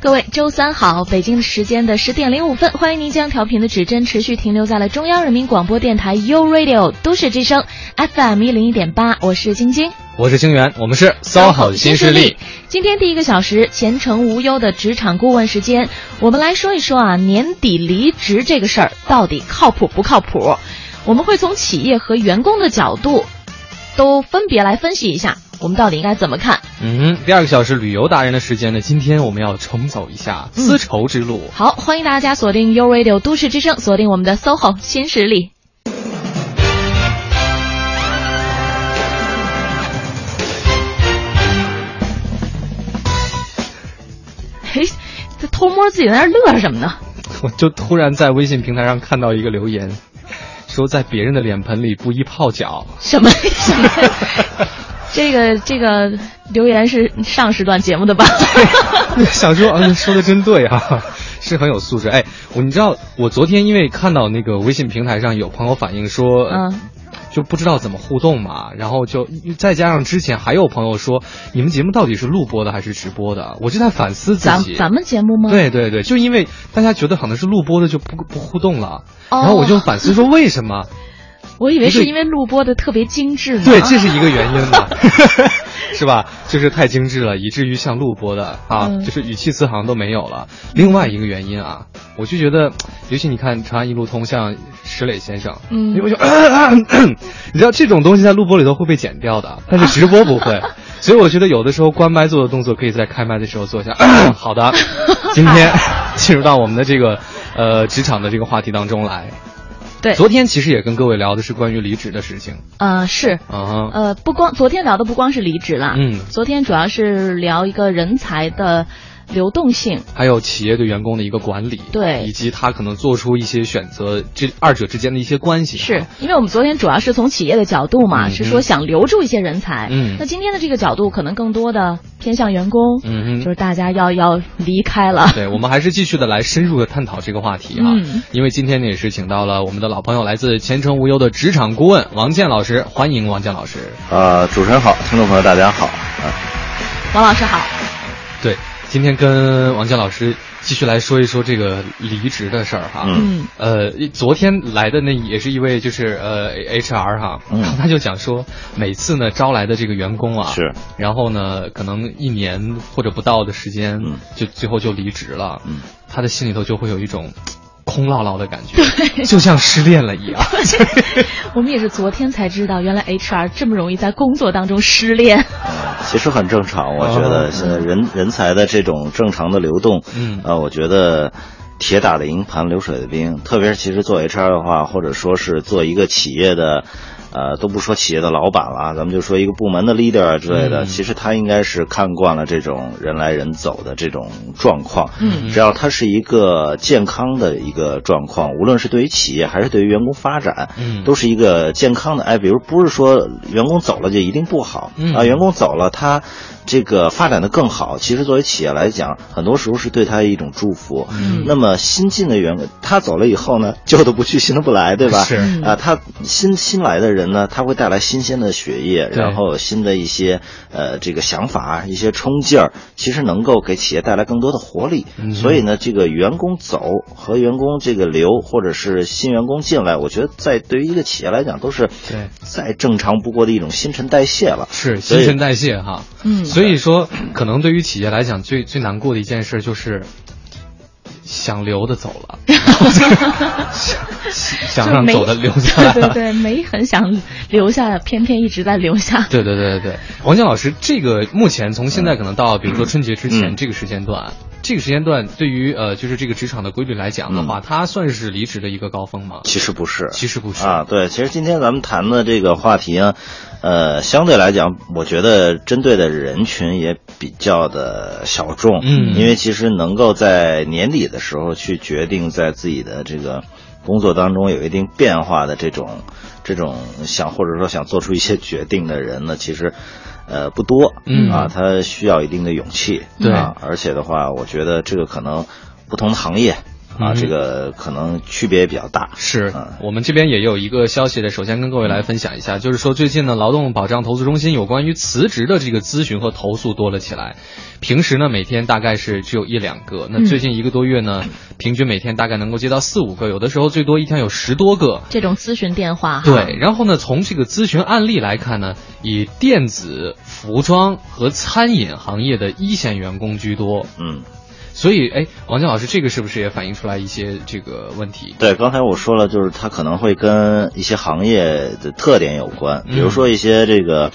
各位，周三好！北京时间的十点零五分，欢迎您将调频的指针持续停留在了中央人民广播电台 u Radio 都市之声 FM 一零一点八，我是晶晶。我是星源，我们是骚好新势力。。今天第一个小时，前程无忧的职场顾问时间，我们来说一说啊，年底离职这个事儿到底靠谱不靠谱？我们会从企业和员工的角度，都分别来分析一下，我们到底应该怎么看？嗯，第二个小时旅游达人的时间呢，今天我们要重走一下丝绸之路。好，欢迎大家锁定 u Radio 都市之声，锁定我们的 SOHO 新势力。嘿，这偷摸自己在那儿乐什么呢？ 我就突然在微信平台上看到一个留言，说在别人的脸盆里不宜泡 脚。什么？什么 这个这个留言是上时段节目的吧？想说，嗯，说的真对啊，是很有素质。哎，我你知道，我昨天因为看到那个微信平台上有朋友反映说，嗯，就不知道怎么互动嘛，然后就再加上之前还有朋友说，你们节目到底是录播的还是直播的？我就在反思自咱己。咱们节目吗？，对对对，就因为大家觉得可能是录播的就不不互动了，哦然后我就反思说为什么？我以为是对因为录播的特别精致呢。对，这是一个原因嘛， 是吧？就是太精致了，以至于像录播的啊，嗯就是语气词行都没有了。另外一个原因啊，我就觉得，尤其你看《长安一路通》，像石磊先生，嗯因为就咳咳咳 你知道这种东西在录播里头会被剪掉 的，但是直播不会。所以我觉得有的时候关麦做的动作可以在开麦的时候做一下。 咳好的，今 天进入到我们的这个呃职场的这个话题当中来。对昨天其实也跟各位聊的是关于离职的事情呃，是啊哈。呃，不光昨天聊的不光是离职啦，嗯昨天主要是聊一个人才的流动性，还有企业对员工的一个管理，对以及他可能做出一些选择，这二者之间的一些关系。是，因为我们昨天主要是从企业的角度嘛，嗯是说想留住一些人才，嗯那今天的这个角度可能更多的偏向员工，嗯就哼，是大家要要离开了，对，我们还是继续的来深入的探讨这个话题啊，嗯因为今天呢也是请到了我们的老朋友，来自前程无忧的职场顾问王健老师，欢迎王健老师。呃，主持人好，听众朋友大家好。啊，王老师 好，对，今天跟王健老师继续来说一说这个离职的事儿哈。嗯嗯，呃，昨天来的那也是一位就是呃 HR 哈，嗯然后他就讲说，每次呢招来的这个员工啊，是，然后呢可能一年或者不到的时间，嗯就最后就离职了，嗯，他的心里头就会有一种空落落的感觉，就像失恋了 一样。我们也是昨天才知道，原来 HR 这么容易在工作当中失恋，其实很正常，我觉哦得现在人人才的这种正常的流动，嗯呃，我觉得铁打的营盘，流水的兵，特别是其实做 HR 的话，或者说是做一个企业的。呃，都不说企业的老板了，咱们就说一个部门的 leader 之类的，嗯其实他应该是看惯了这种人来人走的这种状况。嗯只要它是一个健康的一个状况，无论是对于企业还是对于员工发展，嗯都是一个健康的。哎，比如不是说员工走了就一定不好，嗯啊，员工走了他这个发展的更好，其实作为企业来讲，很多时候是对他一种祝福。嗯那么新进的员工他走了以后呢，旧的不去，新的不来，对吧？是嗯啊，他新新来的人呢，他会带来新鲜的血液，对然后新的一些呃这个想法、一些冲劲儿，其实能够给企业带来更多的活力。嗯所以呢，这个员工走和员工这个留，或者是新员工进来，我觉得在对于一个企业来讲，都是对再正常不过的一种新陈代谢了。是所以新陈代谢哈，嗯所以说可能对于企业来讲，最最难过的一件事就是想留的走了，想想让走的留下来就没 对对对，了。没很想留下，偏偏一直在留下。对对对对对，王健老师，这个目前从现在可能到比如说春节之前嗯这个时间段，这个时间段对于呃就是这个职场的规律来讲的话，它算是离职的一个高峰吗？其实不是，其实不是啊，对，其实今天咱们谈的这个话题呢，呃，相对来讲，我觉得针对的人群也比较的小众，嗯因为其实能够在年底的时候去决定在自己的这个。工作当中有一定变化的这种这种想或者说想做出一些决定的人呢，其实。呃，不多，嗯啊，他需要一定的勇气，对啊，而且的话，我觉得这个可能不同的行业啊，嗯这个可能区别也比较大，是嗯我们这边也有一个消息的，首先跟各位来分享一下，就是说最近呢，劳动保障投诉中心有关于辞职的这个咨询和投诉多了起来。平时呢，每天大概是只有一两个，那嗯最近一个多月呢，平均每天大概能够接到四五个，有的时候最多一天有十多个。这种咨询电话哈，对，嗯然后呢，从这个咨询案例来看呢，以电子、服装和餐饮行业的一线员工居多。嗯。所以，哎，王江老师，这个是不是也反映出来一些这个问题？对，刚才我说了，就是它可能会跟一些行业的特点有关，嗯比如说一些这个，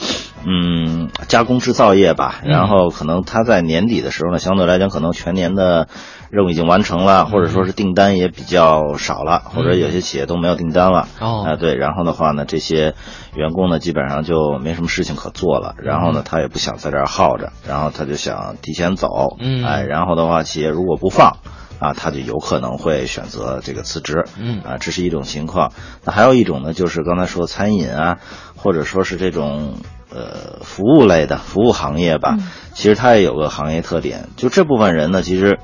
嗯，加工制造业吧，嗯然后可能它在年底的时候呢，相对来讲可能全年的任务已经完成了，或者嗯说是订单也比较少了，或者有些企业都没有订单了。哦啊，对，然后的话呢，这些员工呢，基本上就没什么事情可做了，然后呢，嗯他也不想在这儿耗着，然后他就想提前走，嗯哎，然后的话，企业如果不放。啊，他就有可能会选择这个辞职，嗯啊，这是一种情况。那还有一种呢，就是刚才说餐饮啊，或者说是这种呃服务类的服务行业吧，嗯其实它也有个行业特点，就这部分人呢，其实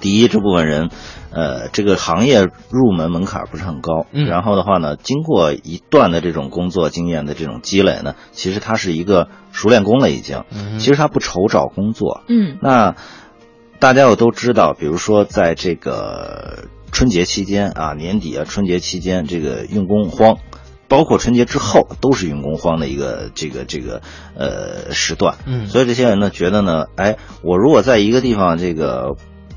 第一，这部分人，呃，这个行业入门门槛不是很高，嗯然后的话呢，经过一段的这种工作经验的这种积累呢，其实他是一个熟练工了已经，嗯其实他不愁找工作。嗯那大家又都知道，比如说在这个春节期间啊，年底啊，春节期间这个用工荒。包括春节之后都是用工荒的一个这个这个呃时段，嗯所以这些人呢，觉得呢，哎，我如果在一个地方这个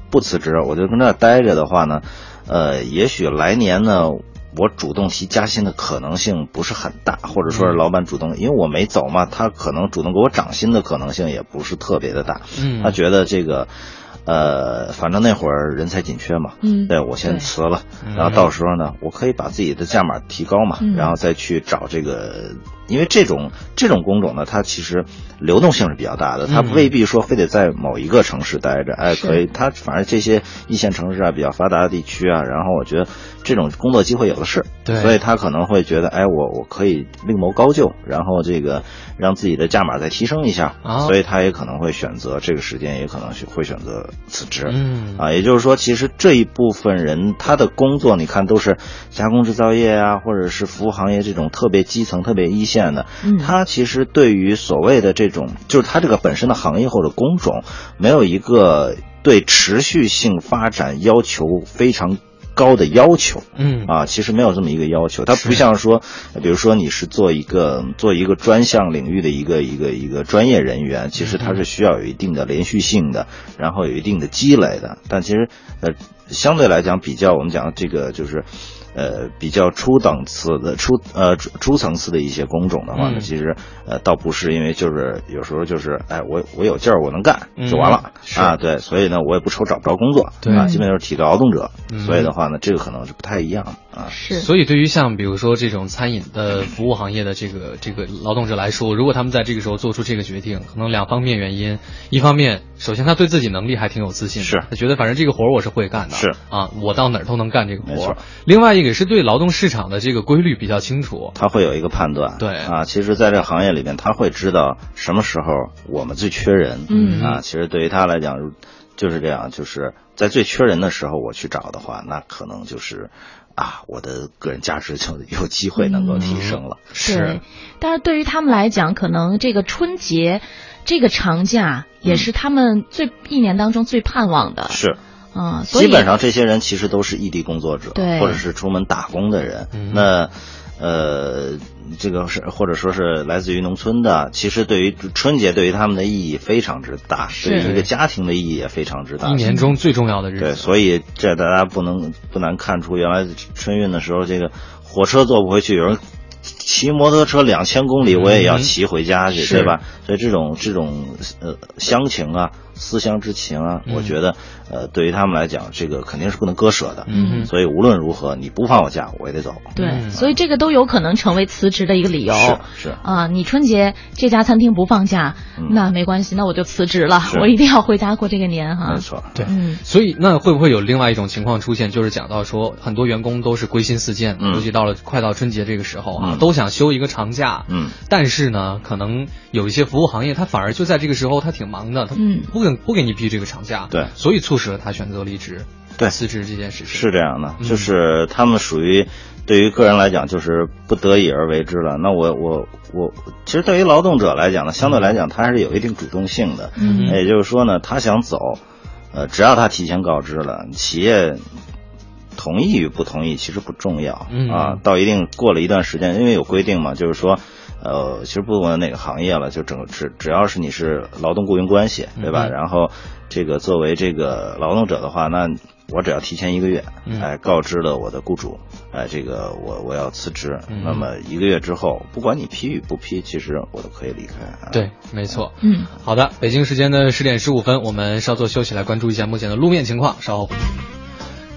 不辞职，我就跟这儿待着的话呢，呃，也许来年呢，我主动提加薪的可能性不是很大，或者说是老板主动，因为我没走嘛，他可能主动给我涨薪的可能性也不是特别的大。嗯他觉得这个，呃，反正那会儿人才紧缺嘛，嗯，对我先对辞了，嗯然后啊到时候呢，我可以把自己的价码提高嘛，嗯然后再去找这个，因为这种这种工种呢，它其实流动性是比较大的，它嗯未必说非得在某一个城市待着，哎，是可以，它反正这些一线城市啊，比较发达的地区啊，然后我觉得这种工作机会有的是，对所以他可能会觉得，哎，我我可以另谋高就，然后这个让自己的价码再提升一下，啊所以他也可能会选择这个时间，也可能是会选择辞职，嗯啊，也就是说，其实这一部分人他的工作，你看都是加工制造业啊，或者是服务行业这种特别基层、特别一线的，嗯他其实对于所谓的这种，就是他这个本身的行业或者工种，没有一个对持续性发展要求非常高的要求。嗯啊，其实没有这么一个要求，它不是像说，比如说你是做一个做一个专项领域的一个一个一个专业人员，其实它是需要有一定的连续性的，然后有一定的积累的。但其实，呃，相对来讲，比较我们讲这个就是，呃，比较初档次的初呃初初层次的一些工种的话呢，嗯其实呃倒不是因为就是有时候就是哎我我有劲儿我能干就完了嗯、是啊，对，所以呢我也不愁找不着工作，对啊，基本就是体力劳动者，嗯所以的话呢这个可能是不太一样的啊。是所以，对于像比如说这种餐饮的服务行业的这个这个劳动者来说，如果他们在这个时候做出这个决定，可能两方面原因：一方面，首先他对自己能力还挺有自信的，是他觉得反正这个活儿我是会干的，是啊，我到哪儿都能干这个没活错儿。另外一个也是对劳动市场的这个规律比较清楚，他会有一个判断，对啊，其实，在这个行业里面，他会知道什么时候我们最缺人，嗯啊，其实对于他来讲，如就是这样，就是在最缺人的时候我去找的话，那可能就是啊，我的个人价值就有机会能够提升了。嗯对，但是对于他们来讲，可能这个春节这个长假也是他们最、一年当中最盼望的，是，嗯，所以基本上这些人其实都是异地工作者，对或者是出门打工的人。嗯那呃，这个是或者说是来自于农村的，其实对于春节对于他们的意义非常之大，是对于一个家庭的意义也非常之大。啊一年中最重要的日对，子。所以这大家不能不难看出，原来春运的时候，这个火车坐不回去，有人骑摩托车两千公里，我也要嗯骑回家去，是对吧？所以这种这种呃乡情啊、思乡之情啊，嗯我觉得呃对于他们来讲，这个肯定是不能割舍的。嗯哼，所以无论如何，你不放我假，我也得走。对，嗯所以这个都有可能成为辞职的一个理由。是是，啊、你春节这家餐厅不放假，嗯那没关系，那我就辞职了，是我一定要回家过这个年哈没。错。对。嗯，所以，那会不会有另外一种情况出现，就是讲到说，很多员工都是归心似箭，嗯尤其到了快到春节这个时候啊，嗯都想休一个长假，嗯但是呢，可能有一些服务行业，他反而就在这个时候他挺忙的，他嗯不给不给你批这个长假，对所以促使了他选择离职，对辞职这件事情是这样的，嗯就是他们属于对于个人来讲，就是不得已而为之了。那我我我，其实对于劳动者来讲呢，相对来讲他还是有一定主动性的。嗯也就是说呢，他想走，呃，只要他提前告知了，企业同意与不同意其实不重要、嗯啊。到一定过了一段时间，因为有规定嘛，就是说。呃，其实不管哪个行业了，就整个只只要是你是劳动雇佣关系，对吧？嗯然后这个作为这个劳动者的话，那我只要提前一个月，嗯哎，告知了我的雇主，哎，这个我我要辞职，嗯那么一个月之后，不管你批与不批，其实我都可以离开。啊、对，没错。嗯，好的，北京时间的十点十五分，我们稍作休息，来关注一下目前的路面情况，稍后回来。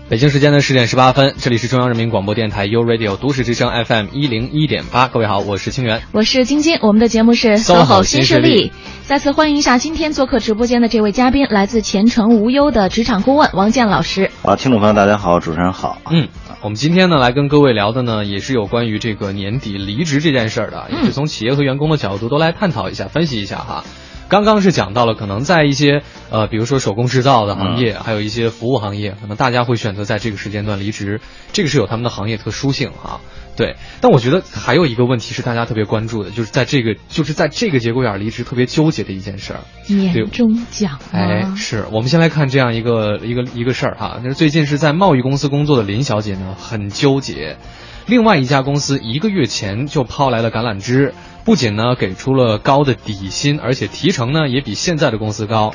北京时间的十点十八分，这里是中央人民广播电台 u Radio 都市之声 FM 一零一点八，各位好，我是清源。我是晶晶，我们的节目是 SOHO 新新势力力。再次欢迎一下今天做客直播间的这位嘉宾，来自前程无忧的职场顾问王健老师。好，听众朋友，大家好，主持人好。嗯，我们今天呢来跟各位聊的呢，也是有关于这个年底离职这件事儿的，也是从企业和员工的角度都来探讨一下、分析一下哈。刚刚是讲到了，可能在一些呃，比如说手工制造的行业，还有一些服务行业，可能大家会选择在这个时间段离职，这个是有他们的行业特殊性哈、对，但我觉得还有一个问题是大家特别关注的，就是在这个就是在这个节骨眼儿离职特别纠结的一件事儿。对年终奖哎， 啊，是我们先来看这样一个一个一个事儿哈，就是最近是在贸易公司工作的林小姐呢，很纠结。另外一家公司一个月前就抛来了橄榄枝，不仅呢给出了高的底薪，而且提成呢也比现在的公司高。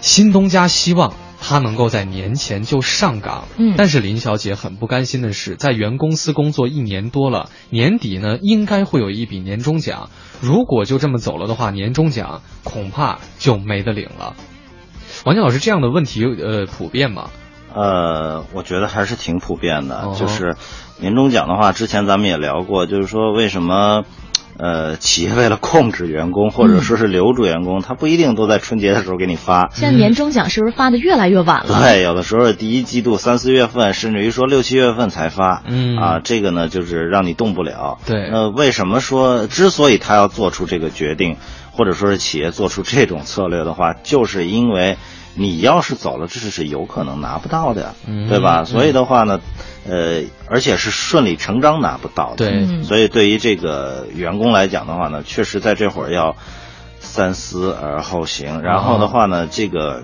新东家希望她能够在年前就上岗，嗯但是林小姐很不甘心的是，在原公司工作一年多了，年底呢应该会有一笔年终奖，如果就这么走了的话，年终奖恐怕就没得领了。王健老师，这样的问题呃普遍吗？呃，我觉得还是挺普遍的，哦就是年终奖的话，之前咱们也聊过，就是说为什么。呃，企业为了控制员工，或者说是留住员工，他不一定都在春节的时候给你发。现在年终奖是不是发的越来越晚嗯了？对，有的时候第一季度三四月份，甚至于说六七月份才发。嗯啊，这个呢，就是让你动不了。对那呃为什么说，之所以他要做出这个决定，或者说是企业做出这种策略的话，就是因为你要是走了，这是有可能拿不到的，嗯对吧？嗯所以的话呢，呃，而且是顺理成章拿不到的。对嗯所以对于这个员工来讲的话呢，确实在这会儿要三思而后行。然后的话呢，这个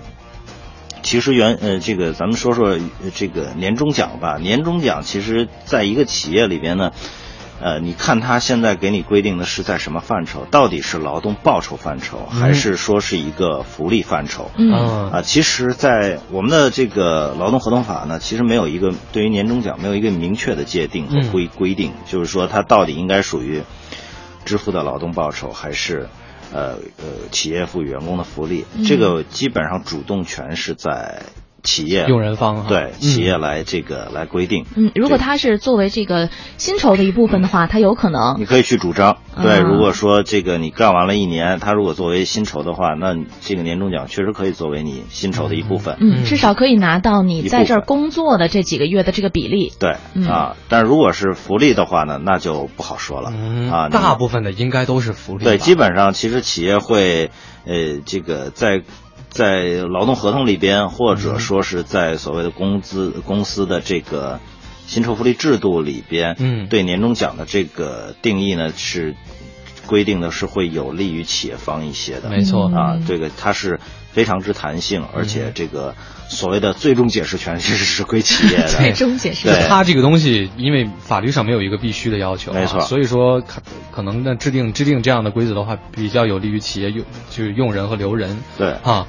其实原呃，这个咱们说说呃这个年终奖吧。年终奖其实在一个企业里边呢，呃，你看他现在给你规定的是在什么范畴？到底是劳动报酬范畴，还是说是一个福利范畴？嗯嗯啊，其实，在我们的这个劳动合同法呢，其实没有一个对于年终奖没有一个明确的界定嗯和规规定，就是说它到底应该属于支付的劳动报酬，还是呃呃企业赋予员工的福利？嗯这个基本上主动权是在企业用人方哈对嗯企业来这个来规定。嗯，如果他是作为这个薪酬的一部分的话，他有可能你可以去主张，对。啊嗯如果说这个你干完了一年，他如果作为薪酬的话，那你这个年终奖确实可以作为你薪酬的一部分。嗯，嗯至少可以拿到你在这一儿部分工作的这几个月的这个比例。对、嗯啊，但如果是福利的话呢，那就不好说了、嗯啊。大你部分的应该都是福利吧，对，基本上其实企业会呃，这个在在劳动合同里边，或者说是在所谓的工资公司的这个薪酬福利制度里边，嗯对年终奖的这个定义呢是规定的是会有利于企业方一些的。没错嗯啊，这个它是非常之弹性，而嗯且这个所谓的最终解释权其实是归企业 的。最终解释对它这个东西，因为法律上没有一个必须的要求啊、没错所以说可可能呢制定制定这样的规则的话，比较有利于企业用就是用人和留人。对啊，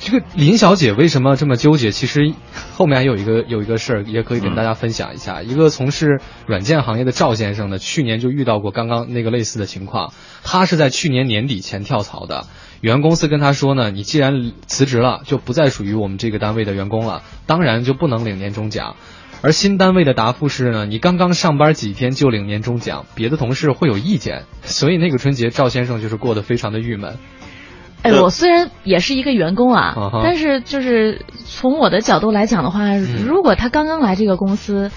这个林小姐为什么这么纠结？其实后面还有一个有一个事儿，也可以跟大家分享一下。嗯一个从事软件行业的赵先生呢，去年就遇到过刚刚那个类似的情况。他是在去年年底前跳槽的，原公司跟他说呢，你既然辞职了，就不再属于我们这个单位的员工了，当然就不能领年终奖。而新单位的答复是呢，你刚刚上班几天就领年终奖，别的同事会有意见，所以那个春节赵先生就是过得非常的郁闷。哎，对哦我虽然也是一个员工啊，啊哈但是就是从我的角度来讲的话，嗯如果他刚刚来这个公司，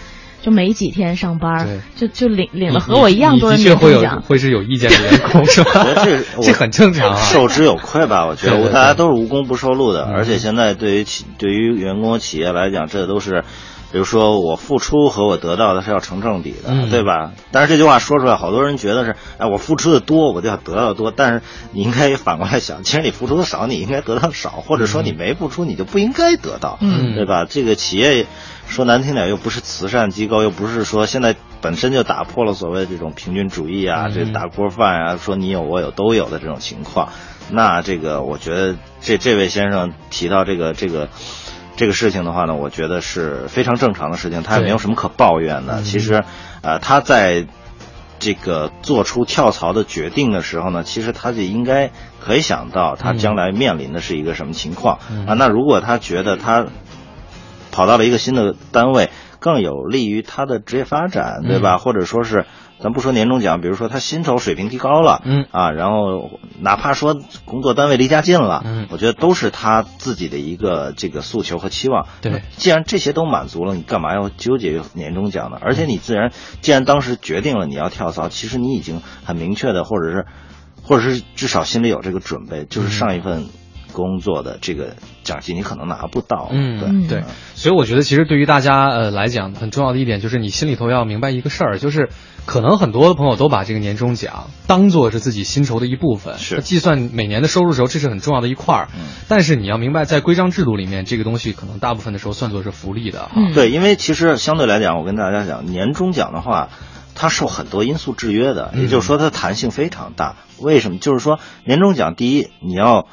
就没几天上班儿对，就就领领了你和我一样你多的人确年会终有奖，会是有意见的员工是吧我觉得这？我这很正常啊。受之有愧吧，我觉对对得对大家都是无功不受禄的，嗯而且现在对于企对于员工企业来讲，这都是。比如说，我付出和我得到的是要成正比的，嗯对吧？但是这句话说出来，好多人觉得是，哎，我付出的多，我就要得到的多。但是你应该反过来想，其实你付出的少，你应该得到的少，或者说你没付出，你就不应该得到，嗯对吧？这个企业说难听点，又不是慈善机构，又不是说现在本身就打破了所谓的这种平均主义啊，嗯这打锅饭啊，说你有我有都有的这种情况。那这个，我觉得这这位先生提到这个这个这个事情的话呢，我觉得是非常正常的事情，他也对嗯没有什么可抱怨的。其实，呃，他在这个做出跳槽的决定的时候呢，其实他就应该可以想到他将来面临的是一个什么情况、嗯啊。那如果他觉得他跑到了一个新的单位，更有利于他的职业发展，对吧？啊或者说是，咱不说年终奖，比如说他薪酬水平提高了，嗯啊，然后哪怕说工作单位离家近了，嗯我觉得都是他自己的一个这个诉求和期望。对那既然这些都满足了，你干嘛要纠结于年终奖呢？而嗯且你自然，既然当时决定了你要跳槽，其实你已经很明确的，或者是，或者是至少心里有这个准备，嗯就是上一份工作的这个奖金你可能拿不到，嗯对。嗯对，所以我觉得其实对于大家呃来讲，很重要的一点就是你心里头要明白一个事儿，就是可能很多的朋友都把这个年终奖当做是自己薪酬的一部分，是那计算每年的收入的时候，这是很重要的一块儿。嗯但是你要明白，在规章制度里面，这个东西可能大部分的时候算作是福利的哈。嗯，对，因为其实相对来讲，我跟大家讲，年终奖的话，它受很多因素制约的，嗯也就是说它弹性非常大。为什么？就是说年终奖，第一你要。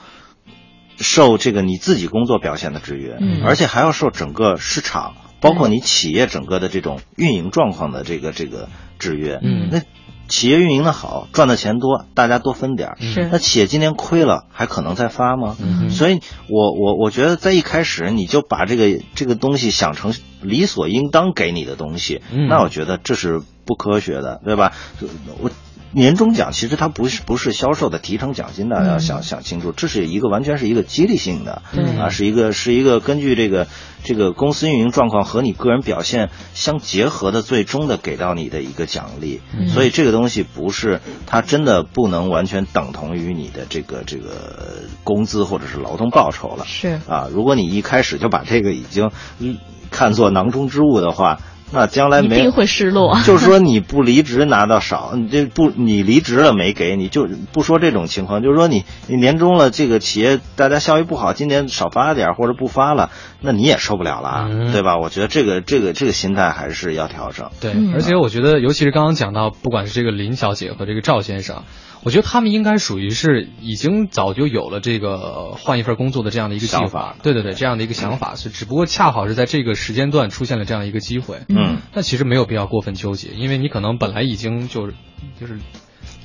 受这个你自己工作表现的制约，嗯而且还要受整个市场，包括你企业整个的这种运营状况的这个这个制约。嗯那企业运营的好，赚的钱多，大家多分点儿。是那企业今年亏了，还可能再发吗？嗯所以我我我觉得在一开始你就把这个这个东西想成理所应当给你的东西，嗯那我觉得这是不科学的，对吧？呃我年终奖其实它不是不是销售的提成奖金，大嗯家要想想清楚，这是一个完全是一个激励性的，对啊，是一个是一个根据这个这个公司运营状况和你个人表现相结合的，最终的给到你的一个奖励。嗯所以这个东西不是它真的不能完全等同于你的这个这个呃工资或者是劳动报酬了是啊。如果你一开始就把这个已经嗯看作囊中之物的话，那将来一没有定会失落。 就是说你不离职拿到少，你这不你离职了没给你，就不说这种情况，就是说你你年终了，这个企业大家效益不好，今年少发点儿或者不发了，那你也受不了了啊，嗯对吧？我觉得这个这个这个心态还是要调整。对，嗯而且我觉得，尤其是刚刚讲到，不管是这个林小姐和这个赵先生，我觉得他们应该属于是已经早就有了这个呃换一份工作的这样的一个计想划法，对对对，这样的一个想法，是只不过恰好是在这个时间段出现了这样一个机会，嗯，但其实没有必要过分纠结，因为你可能本来已经就是就是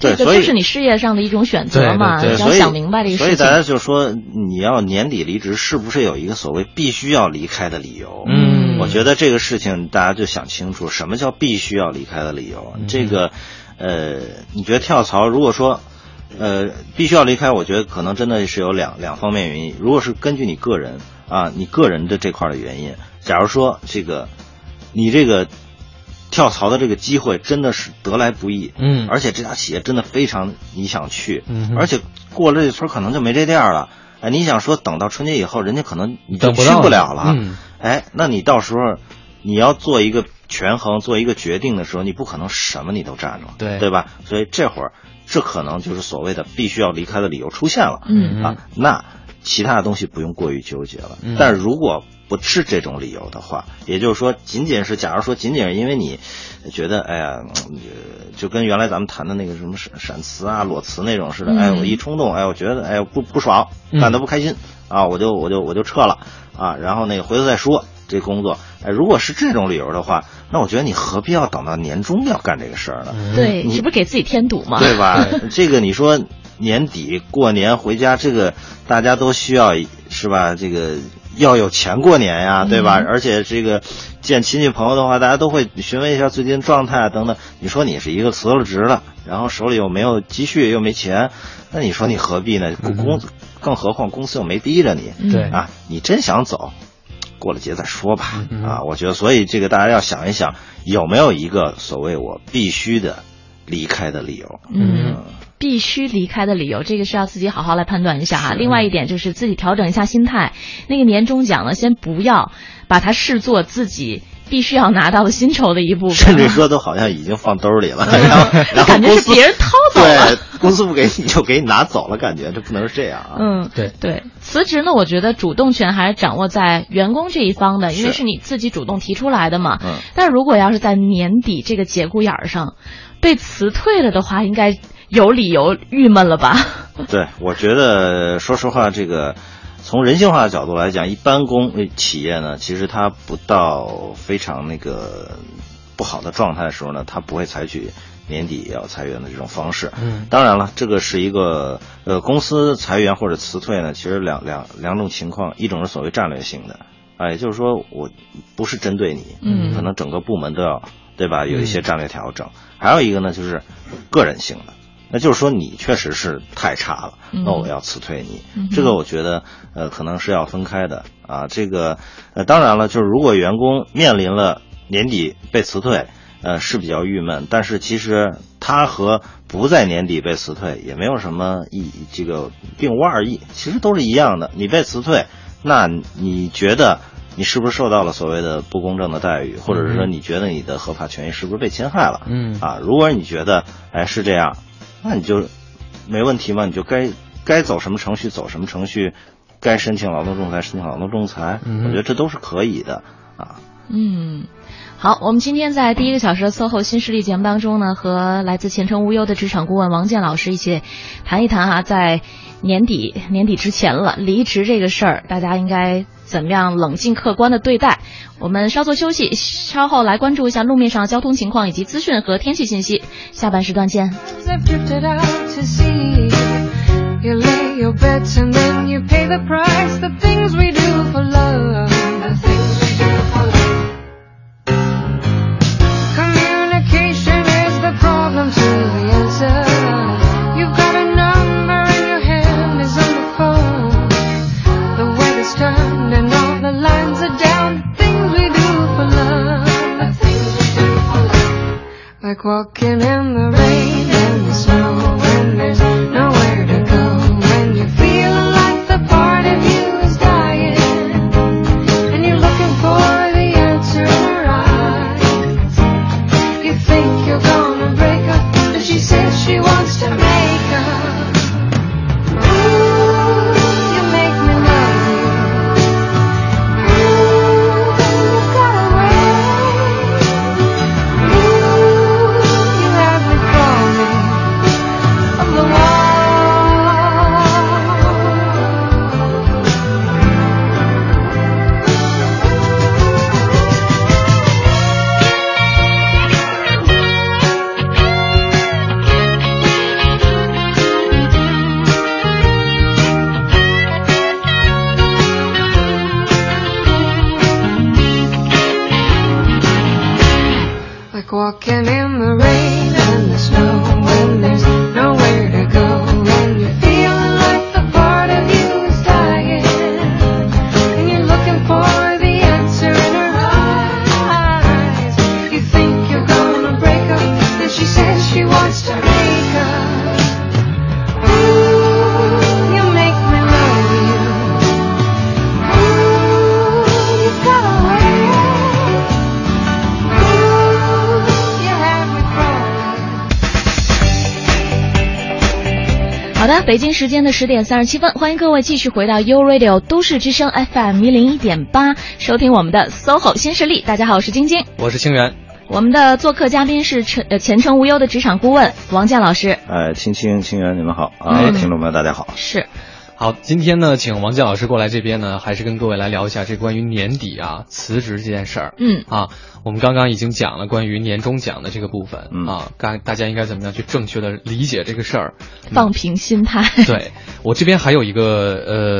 对，这个所就以是你事业上的一种选对择对嘛，对你对，要所以想明白这个所以事情大。家就说，你要年底离职，是不是有一个所谓必须要离开的理由？嗯我觉得这个事情大家就想清楚，什么叫必须要离开的理由？嗯这个，呃，你觉得跳槽，如果说。呃，必须要离开，我觉得可能真的是有两两方面原因。如果是根据你个人啊，你个人的这块儿的原因，假如说这个，你这个跳槽的这个机会真的是得来不易，嗯而且这家企业真的非常你想去，嗯哼而且过了这村儿可能就没这店儿了。哎，你想说等到春节以后，人家可能你就等不去到不了了了。嗯哎，那你到时候你要做一个权衡，做一个决定的时候，你不可能什么你都占着，对对吧？所以这会儿这可能就是所谓的必须要离开的理由出现了。嗯啊，那其他的东西不用过于纠结了。嗯但如果不是这种理由的话，也就是说，仅仅是假如说仅仅是因为你觉得哎呀，嗯呃就跟原来咱们谈的那个什么闪闪词啊、裸辞那种似的，嗯哎，我一冲动，哎，我觉得哎不不爽，嗯干得不开心、啊，我就我就我就撤了啊，然后那个回头再说。这工作，哎，如果是这种理由的话，那我觉得你何必要等到年终要干这个事儿呢？对，你这不是给自己添堵吗？嗯对吧？这个你说年底过年回家，这个大家都需要是吧？这个要有钱过年呀，对吧？嗯而且这个见亲戚朋友的话，大家都会询问一下最近状态啊等等。你说你是一个辞了职了，然后手里又没有积蓄，又没钱，那你说你何必呢？公公，更何况公司又没逼着你，嗯对啊，你真想走，过了节再说吧嗯。嗯啊，我觉得，所以这个大家要想一想，有没有一个所谓我必须的离开的理由？嗯，必须离开的理由，这个是要自己好好来判断一下啊。另外一点就是自己调整一下心态，那个年终奖呢，先不要把它视作自己必须要拿到的薪酬的一部 甚 分。啊至说都好像已经放兜里了，然 后然后嗯感觉公是司别人掏走了对，公司不给你就给你拿走了，感觉这不能是这样啊。嗯，对对，辞职呢，我觉得主动权还是掌握在员工这一方的，因为是是你自己主动提出来的嘛。嗯但如果要是在年底这个节骨眼儿上被辞退了的话，应该有理由郁闷了吧？对，我觉得说实话，这个从人性化的角度来讲，一般公呃企业呢，其实它不到非常那个不好的状态的时候呢，它不会采取年底也要裁员的这种方式。嗯当然了，这个是一个呃公司裁员或者辞退呢，其实两两两种情况，一种是所谓战略性的。啊，也就是说，我不是针对你，嗯可能整个部门都要，对吧？有一些战略调整。还有一个呢，就是个人性的，那就是说你确实是太差了，嗯那我要辞退你。嗯哼这个我觉得呃可能是要分开的啊。这个呃当然了，就是如果员工面临了年底被辞退，呃是比较郁闷，但是其实他和不在年底被辞退也没有什么意义，这个并无二异，其实都是一样的。你被辞退，那你觉得？你是不是受到了所谓的不公正的待遇，或者嗯是说你觉得你的合法权益是不是被侵害了？嗯啊，如果你觉得哎是这样，那你就没问题嘛，你就该该走什么程序走什么程序，该申请劳动仲裁申请劳动仲裁，嗯我觉得这都是可以的啊。嗯，好，我们今天在第一个小时的《搜后新势力》节目当中呢，和来自前程无忧的职场顾问王健老师一起谈一谈哈、在年底年底之前了，离职这个事儿，大家应该怎么样冷静客观的对待？我们稍作休息，稍后来关注一下路面上的交通情况以及资讯和天气信息。下半时段见。 Sometimes I've drifted out to sea. You lay your bets and then you pay the price. The things we do for love. The things we do for love. Communication is the problem to the answer. You've got a number and your hand is on the phone. The weather's turned and all the lines are down. The things we do for love. The things we do for love. Like walking in the rain and the snow when there's nowhere to go. When you feel like the part of you is dying and you're looking for the answer in her eyes. You think you're gonna break up, but she says she wants to make up. Ooh, you make me love you. Ooh, you got away. You have me crawling up the wall. Like walking in the rain and the snow when there's nowhere to go. And you feel like the part of you is dying. And you're looking for the answer in her eyes. You think you're gonna break up, then she says she wants to make up. Ooh, you make me love you. Ooh, you got a way. You have me crawling 的，北京时间的十点三十七分，欢迎各位继续回到 U Radio 都市之声 FM 一零一点八，收听我们的 SOHO 新势力。大家好，我是晶晶。我是清源，我们的做客嘉宾是陈呃前程无忧的职场顾问王健老师。哎，青青清源，你们好啊，哎嗯听众朋友大家好。是，好，今天呢，请王健老师过来这边呢，还是跟各位来聊一下这关于年底啊辞职这件事儿。嗯，啊，我们刚刚已经讲了关于年终奖的这个部分、嗯啊，大大家应该怎么样去正确的理解这个事儿？ 放平心态。对我这边还有一个呃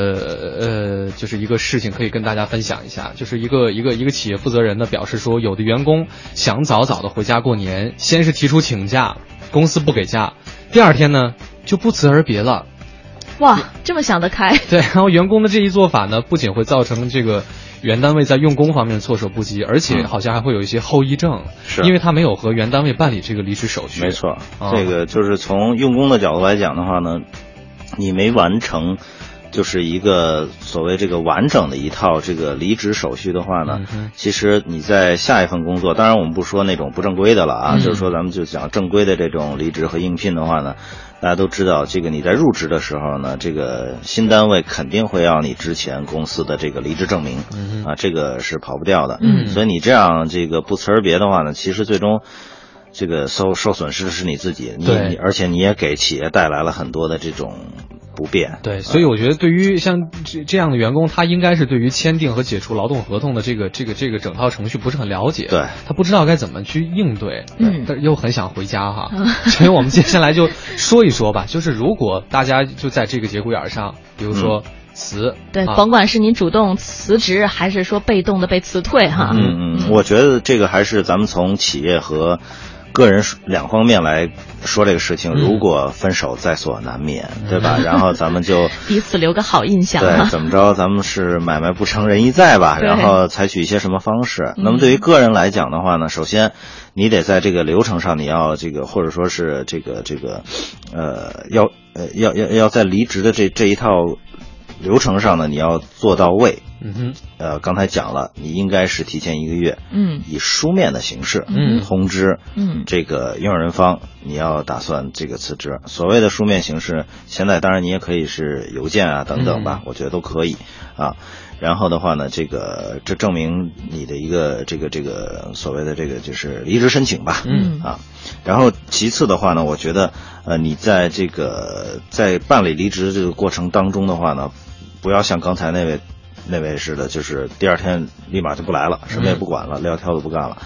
呃，就是一个事情可以跟大家分享一下，就是一个一个一个企业负责人呢表示说，有的员工想早早的回家过年，先是提出请假，公司不给假，第二天呢就不辞而别了。 哇，这么想得开。 对，然后员工的这一做法呢，不仅会造成这个原单位在用工方面措手不及，而且嗯好像还会有一些后遗症，是因为他没有和原单位办理这个离职手续。没，错，啊这个就是从用工的角度来讲的话呢，你没完成，就是一个所谓这个完整的一套这个离职手续的话呢嗯，哼其实你在下一份工作，当然我们不说那种不正规的了嗯啊，就是说咱们就讲正规的这种离职和应聘的话呢。大家都知道，这个你在入职的时候呢，这个新单位肯定会要你之前公司的这个离职证明，嗯啊，这个是跑不掉的。嗯所以你这样这个不辞而别的话呢，其实最终这个受受损失的是你自己，你对你而且你也给企业带来了很多的这种不便。对，所以我觉得对于像这这样的员工，他应该是对于签订和解除劳动合同的这个这个这个整套程序不是很了解，对，他不知道该怎么去应对，嗯但是又很想回家哈， 所以我们接下来就说一说吧，就是如果大家就在这个节骨眼儿上，比如嗯说辞，对，啊甭管是您主动辞职，还是说被动的被辞退，哈。嗯嗯，我觉得这个还是咱们从企业和个人两方面来说这个事情。嗯如果分手在所难免，对吧？然后咱们就。彼此留个好印象对，哈。怎么着，咱们是买卖不成仁义在吧？对嗯然后采取一些什么方式？那么对于个人来讲的话呢，首先你得在这个流程上，你要这个或者说是这个这个，呃，要呃要要要在离职的这这一套流程上呢，你要做到位。嗯哼，呃，刚才讲了，你应该是提前一个月，嗯以书面的形式，嗯通知，嗯这个用人方你要打算这个辞职。所谓的书面形式，现在当然你也可以是邮件啊等等吧，我觉得都可以啊。然后的话呢，这个这证明你的一个这个这个所谓的这个就是离职申请吧，嗯啊。然后其次的话呢，我觉得呃你在这个在办理离职这个过程当中的话呢，不要像刚才那位那位似的，就是第二天立马就不来了，什么也不管了，撂挑子不干了。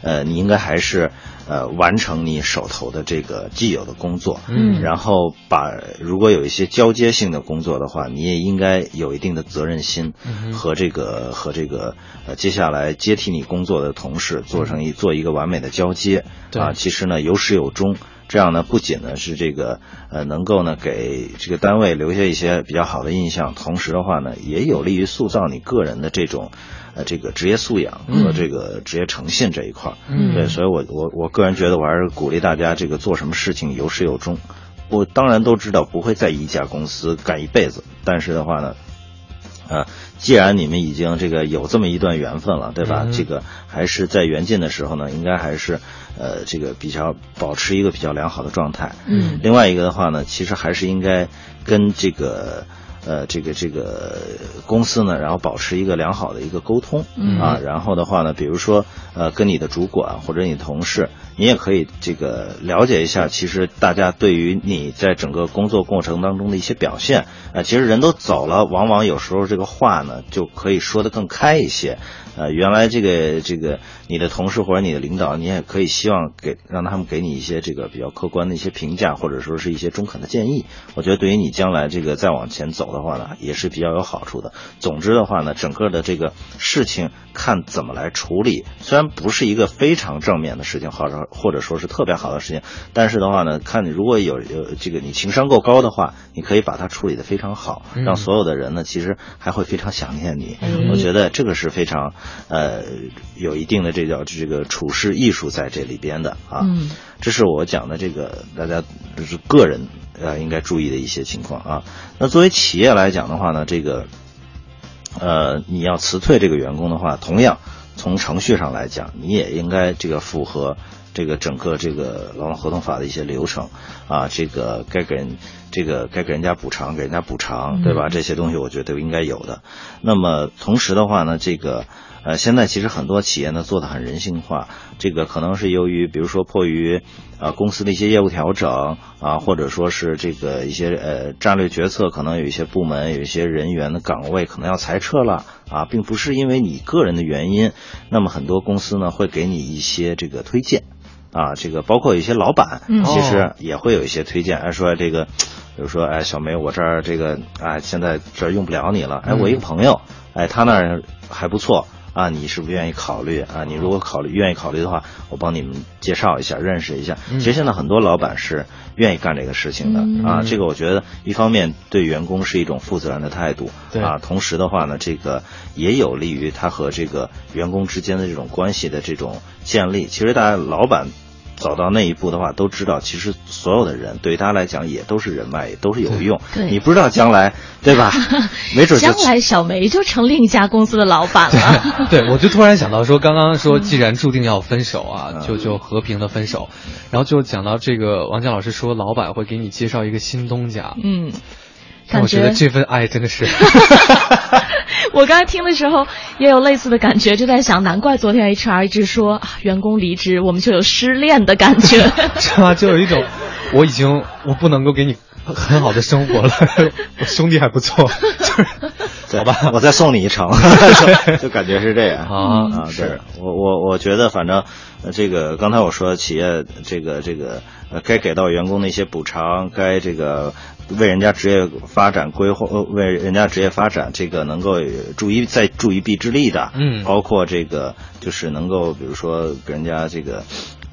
呃，你应该还是呃完成你手头的这个既有的工作，嗯然后把如果有一些交接性的工作的话，你也应该有一定的责任心嗯哼和这个和这个呃接下来接替你工作的同事做成一做一个完美的交接对啊，其实呢有始有终。这样呢，不仅呢是这个呃能够呢给这个单位留下一些比较好的印象，同时的话呢，也有利于塑造你个人的这种呃这个职业素养嗯和这个职业诚信这一块儿。嗯对，所以我我我个人觉得，我还是鼓励大家这个做什么事情有始有终。我当然都知道不会在一家公司干一辈子，但是的话呢，呃，既然你们已经这个有这么一段缘分了，对吧？嗯这个还是在缘尽的时候呢，应该还是呃这个比较保持一个比较良好的状态。嗯另外一个的话呢，其实还是应该跟这个呃这个这个公司呢，然后保持一个良好的一个沟通、嗯啊。然后的话呢，比如说呃跟你的主管或者你同事，你也可以这个了解一下，其实大家对于你在整个工作过程当中的一些表现啊、呃其实人都走了，往往有时候这个话呢就可以说得更开一些。呃，原来这个这个你的同事或者你的领导，你也可以希望给让他们给你一些这个比较客观的一些评价，或者说是一些中肯的建议。我觉得对于你将来这个再往前走的话呢，也是比较有好处的。总之的话呢，整个的这个事情看怎么来处理，虽然不是一个非常正面的事情，或者或者说是特别好的事情，但是的话呢，看你如果有有这个你情商够高的话，你可以把它处理得非常好，嗯让所有的人呢其实还会非常想念你。哎我觉得这个是非常，呃，有一定的这叫这个处事艺术在这里边的啊。嗯这是我讲的这个大家就是个人呃应该注意的一些情况啊。那作为企业来讲的话呢，这个呃你要辞退这个员工的话，同样从程序上来讲，你也应该这个符合这个整个这个劳动合同法的一些流程啊，这个该给人这个该给人家补偿，给人家补偿，对吧？这些东西我觉得都应该有的。那么同时的话呢，这个。呃，现在其实很多企业呢做的很人性化，这个可能是由于，比如说迫于，呃公司的一些业务调整啊，或者说是这个一些呃战略决策，可能有一些部门有一些人员的岗位可能要裁撤了啊，并不是因为你个人的原因，那么很多公司呢会给你一些这个推荐。啊，这个包括有一些老板，嗯其实也会有一些推荐，哎，说这个，比如说，哎，小梅，我这儿这个，哎，现在这儿用不了你了，哎，我一个朋友，哎，他那儿还不错啊，你是不是愿意考虑啊？你如果考虑愿意考虑的话，我帮你们介绍一下，认识一下。嗯其实现在很多老板是愿意干这个事情的、嗯啊，这个我觉得一方面对员工是一种负责任的态度，对啊，同时的话呢，这个也有利于他和这个员工之间的这种关系的这种建立。其实大家老板走到那一步的话，都知道，其实所有的人对于他来讲也都是人脉，也都是有用。对你不知道将来，对吧？没准就将来小梅就成另一家公司的老板了。对，我就突然想到说，刚刚说既然注定要分手啊，就就和平的分手，然后就讲到这个王佳老师说，老板会给你介绍一个新东家， 嗯，但感我觉得觉这份 爱真的是 我刚才听的时候也有类似的感觉，就在想，难怪昨天 HR 一直说、啊、员工离职，我们就有失恋的感觉。是吧？就有一种我已经我不能够给你很好的生活了，我兄弟还不错，就是对好吧？我再送你 一程，就就感觉是这样啊啊。对是，我我我觉得反正呃这个刚才我说企业这个这个呃该给到员工的一些补偿，该这个为人家职业发展规划，呃为人家职业发展这个能够助一再助一臂之力的，嗯包括这个就是能够比如说给人家这个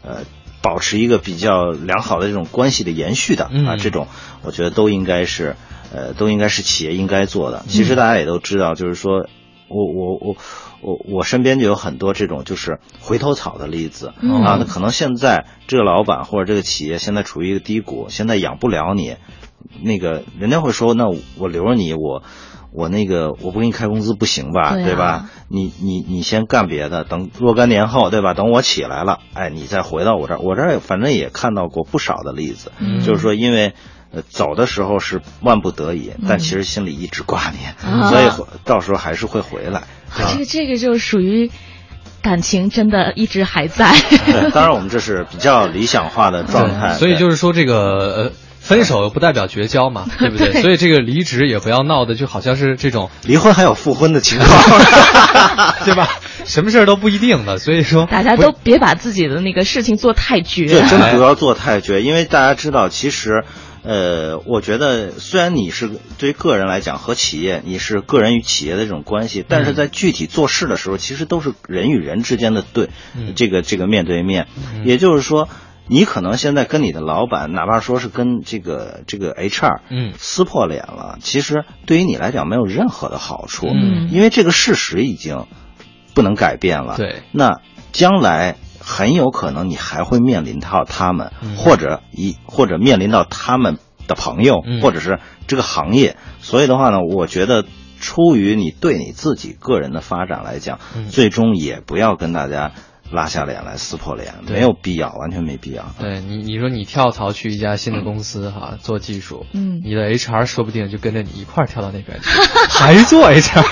呃。保持一个比较良好的这种关系的延续的啊，嗯这种我觉得都应该是，呃，都应该是企业应该做的。嗯其实大家也都知道，就是说我我我我我身边就有很多这种就是回头草的例子、嗯啊。那可能现在这个老板或者这个企业现在处于一个低谷，现在养不了你，那个人家会说，那我留着你，我我那个我不给你开工资不行吧，对啊对吧？你你你先干别的，等若干年后，对吧？等我起来了，哎，你再回到我这儿，我这儿反正也看到过不少的例子，嗯就是说因为。呃，走的时候是万不得已，但嗯其实心里一直挂念，啊所以回到时候还是会回来。啊对吧 这个这个就属于感情真的一直还在。 对，当然我们这是比较理想化的状态，所以就是是说这个呃。分手不代表绝交嘛，对不对？对所以这个离职也不要闹的，就好像是这种 离婚还有复婚的情况。 对吧？什么事儿都不一定的，所以说大家都别把自己的那个事情做太绝哎对，。真的不要做太绝，因为大家知道，其实，呃，我觉得虽然你是对于个人来讲和企业，你是个人与企业的这种关系，但嗯是在具体做事的时候，其实都是人与人之间的对，嗯这个这个面对面，嗯也就是说。你可能现在跟你的老板，哪怕说是跟这个这个 HR，嗯撕破脸了，其实对于你来讲没有任何的好处，嗯因为这个事实已经不能改变了。对，那将来很有可能你还会面临到他们，嗯或者一或者面临到他们的朋友，嗯或者是这个行业。所以的话呢，我觉得出于你对你自己个人的发展来讲，嗯最终也不要跟大家拉下脸来撕破脸，对没有必要，完全没必要。对你你说你跳槽去一家新的公司哈、做技术，嗯你的 HR 说不定就跟着你一块儿跳到那边去，还做 HR，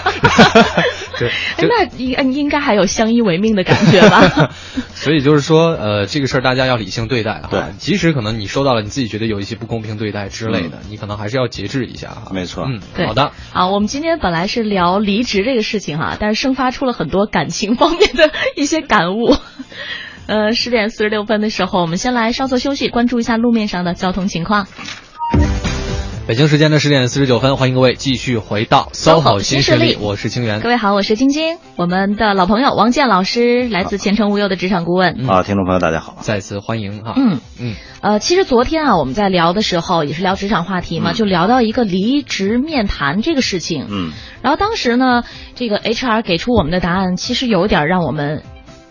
对，哎，那应应该还有相依为命的感觉 吧？所以就是说，呃，这个事儿大家要理性对待哈。对即使可能你收到了，你自己觉得有一些不公平对待之类的，你可能还是要节制一下哈。没错嗯，对好的，啊，我们今天本来是聊离职这个事情哈、但是生发出了很多感情方面的一些感悟。 呃，十点四十六分的时候，我们先来稍作休息，关注一下路面上的交通情况。北京时间的十点四十九分，欢迎各位继续回到 SOHO 新势力，我是清源各。位好，我是晶晶，我们的老朋友王健老师，来自前程无忧的职场顾嗯问。啊，听众朋友大家好。再次欢迎哈，嗯，嗯，呃，其实昨天啊，我们在聊的时候也是聊职场话题嘛，就聊到一个离职面谈这个事情。嗯，然后当时呢，这个 HR 给出我们的答案，其实有点让我们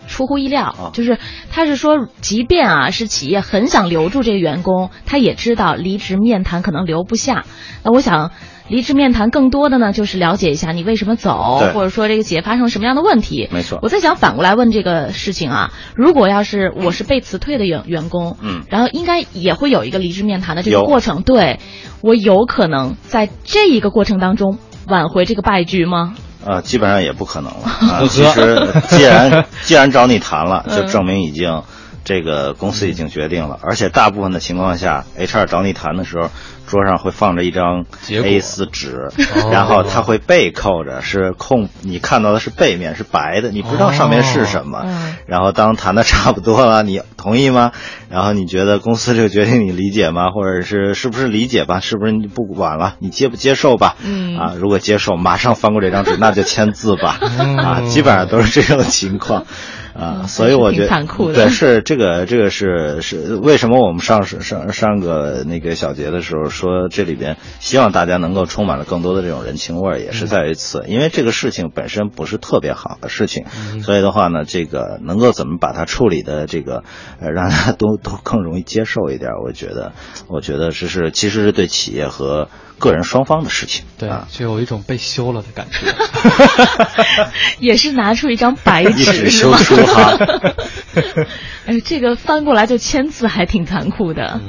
出乎意料，啊就是他是说，即便啊是企业很想留住这个员工，他也知道离职面谈可能留不下。那我想，离职面谈更多的呢就是了解一下你为什么走对，或者说这个企业发生什么样的问题。没错我在想反过来问这个事情啊，如果要是我是被辞退的员员工，嗯然后应该也会有一个离职面谈的这个有过程，对我有可能在这一个过程当中挽回这个败局吗？啊，基本上也不可 能了。啊不、其喝实， 既然既然找你谈了，就嗯证明已经这个公司已经决定了。而且大部分的情况下，HR 找你谈的时候，桌上会放着一张结果 A 4纸哦，然后它会背扣着，是空，你看到的是背面是白的，你不知道上面是什哦么。嗯然后当谈的差不多了，你同意吗？然后你觉得公司这个决定你理解吗？或者是是不是理解吧？是不是你不管了？你接不接受吧？嗯啊，如果接受，马上翻过这张纸，那就签字吧。啊，基本上都是这种情况。啊，嗯所以我觉得还是挺残酷的对，是这个，这个是是为什么我们上上上个那个小节的时候说这里边希望大家能够充满了更多的这种人情味儿，嗯也是在于此，因为这个事情本身不是特别好的事情，嗯所以的话呢，这个能够怎么把它处理的这个呃让大家都都更容易接受一点，我觉得，我觉得这是其实是对企业和个人双方的事情，对啊，，就有一种被休了的感觉。也是拿出一张白一纸纸是休吗？书哈。 哎，这个翻过来就签字，还挺残酷的。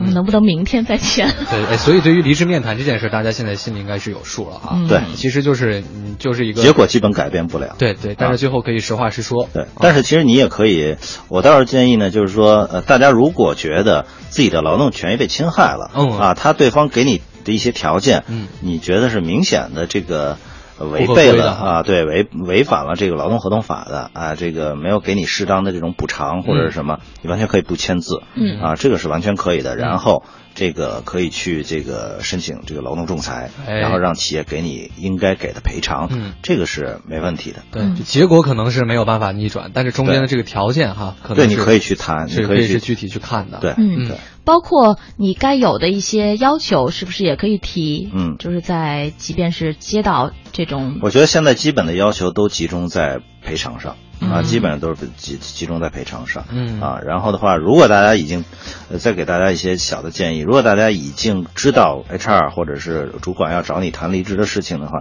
嗯，能不能明天再签？对，哎，所以对于离职面谈这件事，大家现在心里应该是有数了哈。嗯对其实就是嗯，就是一个结果，基本改变不了。对对，但是最后可以实话实说。对，但是其实你也可以，我倒是建议呢，就是说，呃，大家如果觉得自己的劳动权益被侵害了，嗯啊，他对方给你的一些条件，嗯你觉得是明显的这个呃违不合背规了的哈啊，对，违违反了这个劳动合同法的啊，这个没有给你适当的这种补嗯偿或者是什么，你完全可以不签字，嗯啊，这个是完全可以嗯的，然后。这个可以去这个申请这个劳动仲裁，哎然后让企业给你应该给的赔偿，嗯这个是没问题的。对，嗯就结果可能是没有办法逆转，但是中间的对这个条件哈，可能对，是你可以去谈，你是可以以是去具体去看的。对，嗯对，包括你该有的一些要求，是不是也可以提？嗯就是在即便是接到这嗯种，我觉得现在基本的要求都集中在赔偿上啊，嗯基本上都是集集中在赔偿上。嗯啊，然后的话，如果大家已经，呃，再给大家一些小的建议，如果大家已经知道 HR 或者是主管要找你谈离职的事情的话，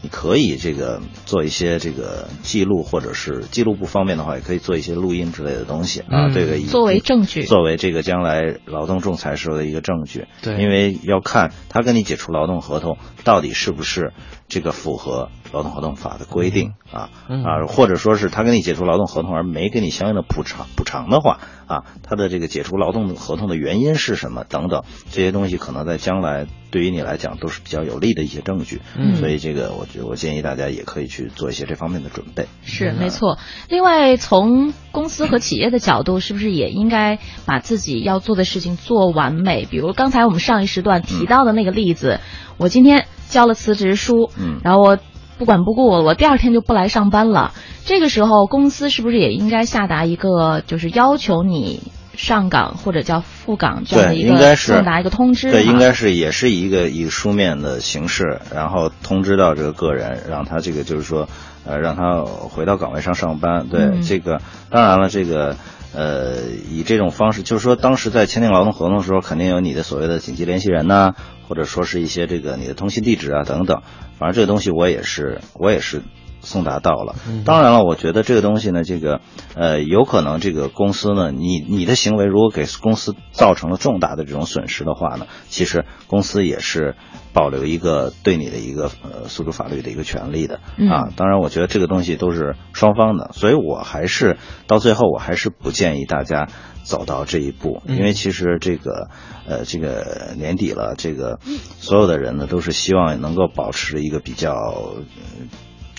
你可以这个做一些这个记录，或者是记录不方便的话，也可以做一些录音之类的东西啊，嗯这个以作为证据作为这个将来劳动仲裁时候的一个证据。对因为要看他跟你解除劳动合同到底是不是这个符合劳动合同法的规定啊嗯啊，或者说是他跟你解除劳动合同而没给你相应的补偿补偿的话啊，他的这个解除劳动合同的原因是什么等等，这些东西可能在将来对于你来讲都是比较有利的一些证据。嗯所以这个我觉我建议大家也可以去做一些这方面的准备。是没错。另外，从公司和企业的角度，是不是也应该把自己要做的事情做完美？比如刚才我们上一时段提到的那个例子，我今天交了辞职书，嗯然后我不管不顾，我第二天就不来上班了。这个时候，公司是不是也应该下达一个，就是要求你上岗或者叫复岗这样的对，一应该个是送达一个通知？嗯对，应。该是也是一个以书面的形式，然后通知到这个个人，让他这个就是说，呃，让他回到岗位上上班。对，嗯这个当然了，这个。呃，以这种方式，就是说，当时在签订劳动合同的时候，肯定有你的所谓的紧急联系人呐、或者说是一些这个你的通信地址啊等等。反正这个东西我也是，我也是送达到了。当然了，我觉得这个东西呢，这个呃，有可能这个公司呢，你你的行为如果给公司造成了重大的这种损失的话呢，其实公司也是保留一个对你的一个呃诉诸法律的一个权利的嗯啊。当然，我觉得这个东西都是双方的，所以我还是到最后我还是不建议大家走到这一步，嗯因为其实这个呃这个年底了，这个所有的人呢都是希望能够保持一个比较。呃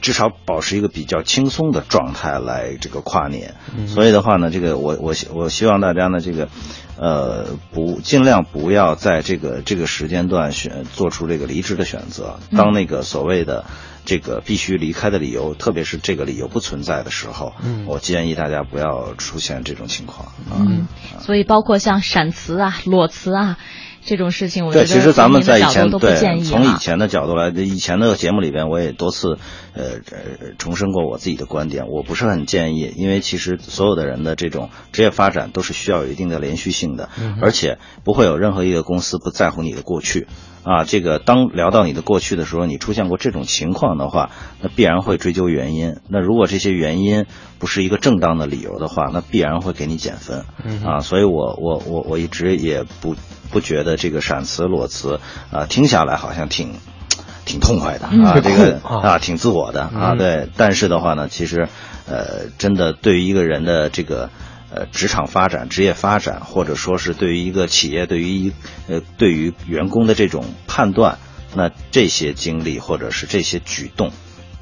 至少保持一个比较轻松的状态来这个跨年，所以的话呢，这个我我希我希望大家呢，这个呃不尽量不要在这个这个时间段选做出这个离职的选择。当那个所谓的这个必须离开的理由，特别是这个理由不存在的时候，嗯我建议大家不要出现这种情况啊。嗯，所以包括像闪辞啊、裸辞啊，这种事情，我觉得对，其实咱们从在您以的角度前都不建对议啊嗯从以了。前的角度来，以前的节目里边我也多次呃呃重申过我自己的观点，我不是很建议，因为其实所有的人的这种职业发展都是需要有一定的连续性的，而且不会有任何一个公司不在乎你的过去。啊，这个当聊到你的过去的时候，你出现过这种情况的话，那必然会追究原因。那如果这些原因不是一个正当的理由的话，那必然会给你减分。啊，所以我我我我一直也不不觉得这个闪词裸辞啊，听下来好像挺。挺痛快的啊，这个啊啊挺自我的啊，对。但是的话呢，其实，呃，真的对于一个人的这个呃职场发展、职业发展，或者说是对于一个企业、对于一呃对于员工的这种判断，那这些经历或者是这些举动，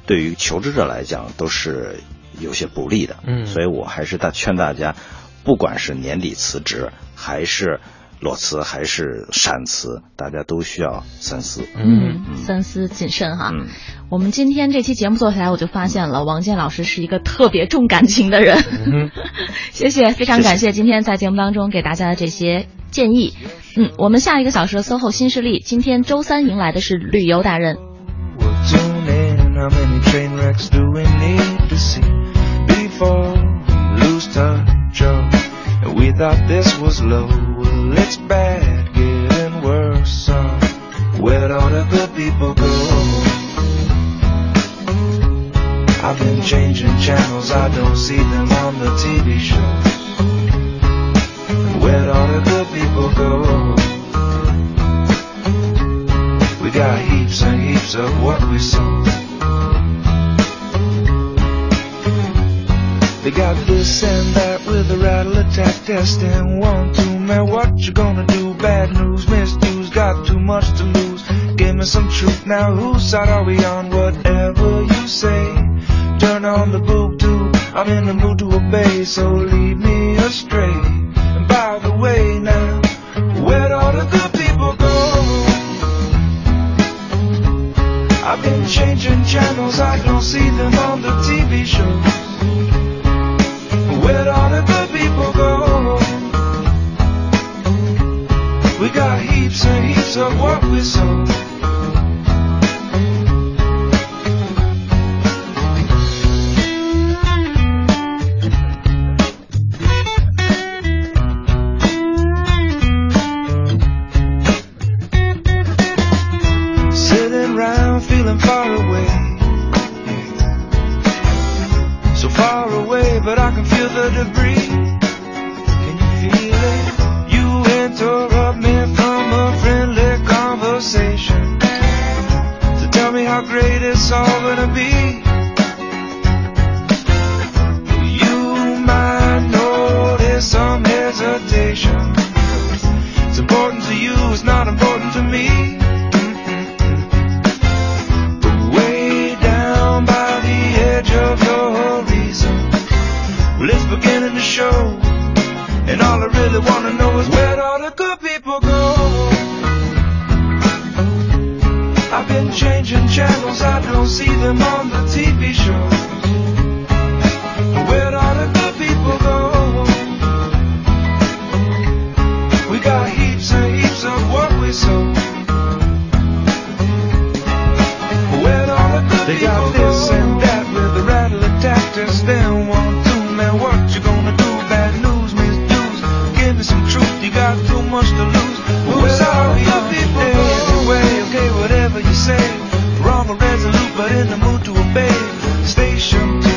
对于求职者来讲都是有些不利的。嗯所以我还是大劝大家，不管是年底辞职，还是裸辞，还是闪辞，大家都需要三思。嗯，嗯，三思谨慎哈。嗯，我们今天这期节目做下来，我就发现了王健老师是一个特别重感情的人。 谢谢，非常感谢今天在节目当中给大家的这些建议。嗯，我们下一个小时的 SOHO 新势力，今天周三迎来的是旅游达人。 We'll tune in. How many train wrecks do we need to see before we lose touch? Oh, and we thought this was low. Well, it's bad, getting worse. So where'd all the good people go? I've been changing channels. I don't see them on the TV shows. Where'd all the good people go? We got heaps and heaps of what we sow. They got this and that with a rattle attack test and one too man. What you gonna do? Bad news, misuse, got too much to lose. Give me some truth now. Whose side are we on? Whatever you say, turn on the boob too. I'm in the mood to obey, so lead me astray. And by the way, now, where'd all the good people go? I've been changing channels, I don't see them on the TV shows. Where'd all the good people go? We got heaps and heaps of what we sow. Sitting round feeling far away. So far away, but I can feel the debris. Can you feel it? You interrupt me from a friendly conversation to tell me how great it's all gonna be. You might notice some hesitation. It's important to you, it's not important to me. Way down by the edge of your horizon. Well, it's beginning to show. And all I really wanna know is where'd all the good people go? I've been changing channels, I don't see them on the TV show. Where'd all the good people go? We got heaps and heaps of what we sow. Where'd all the good they got this and that with a rattle of tactics. Then one, two, man, what you gonna do? Bad news, misuse. Give me some truth, you got too much to lose. Who's all the good people? Anyway, okay, whatever you say. Wrong or resolute, but in the mood to obey. Station to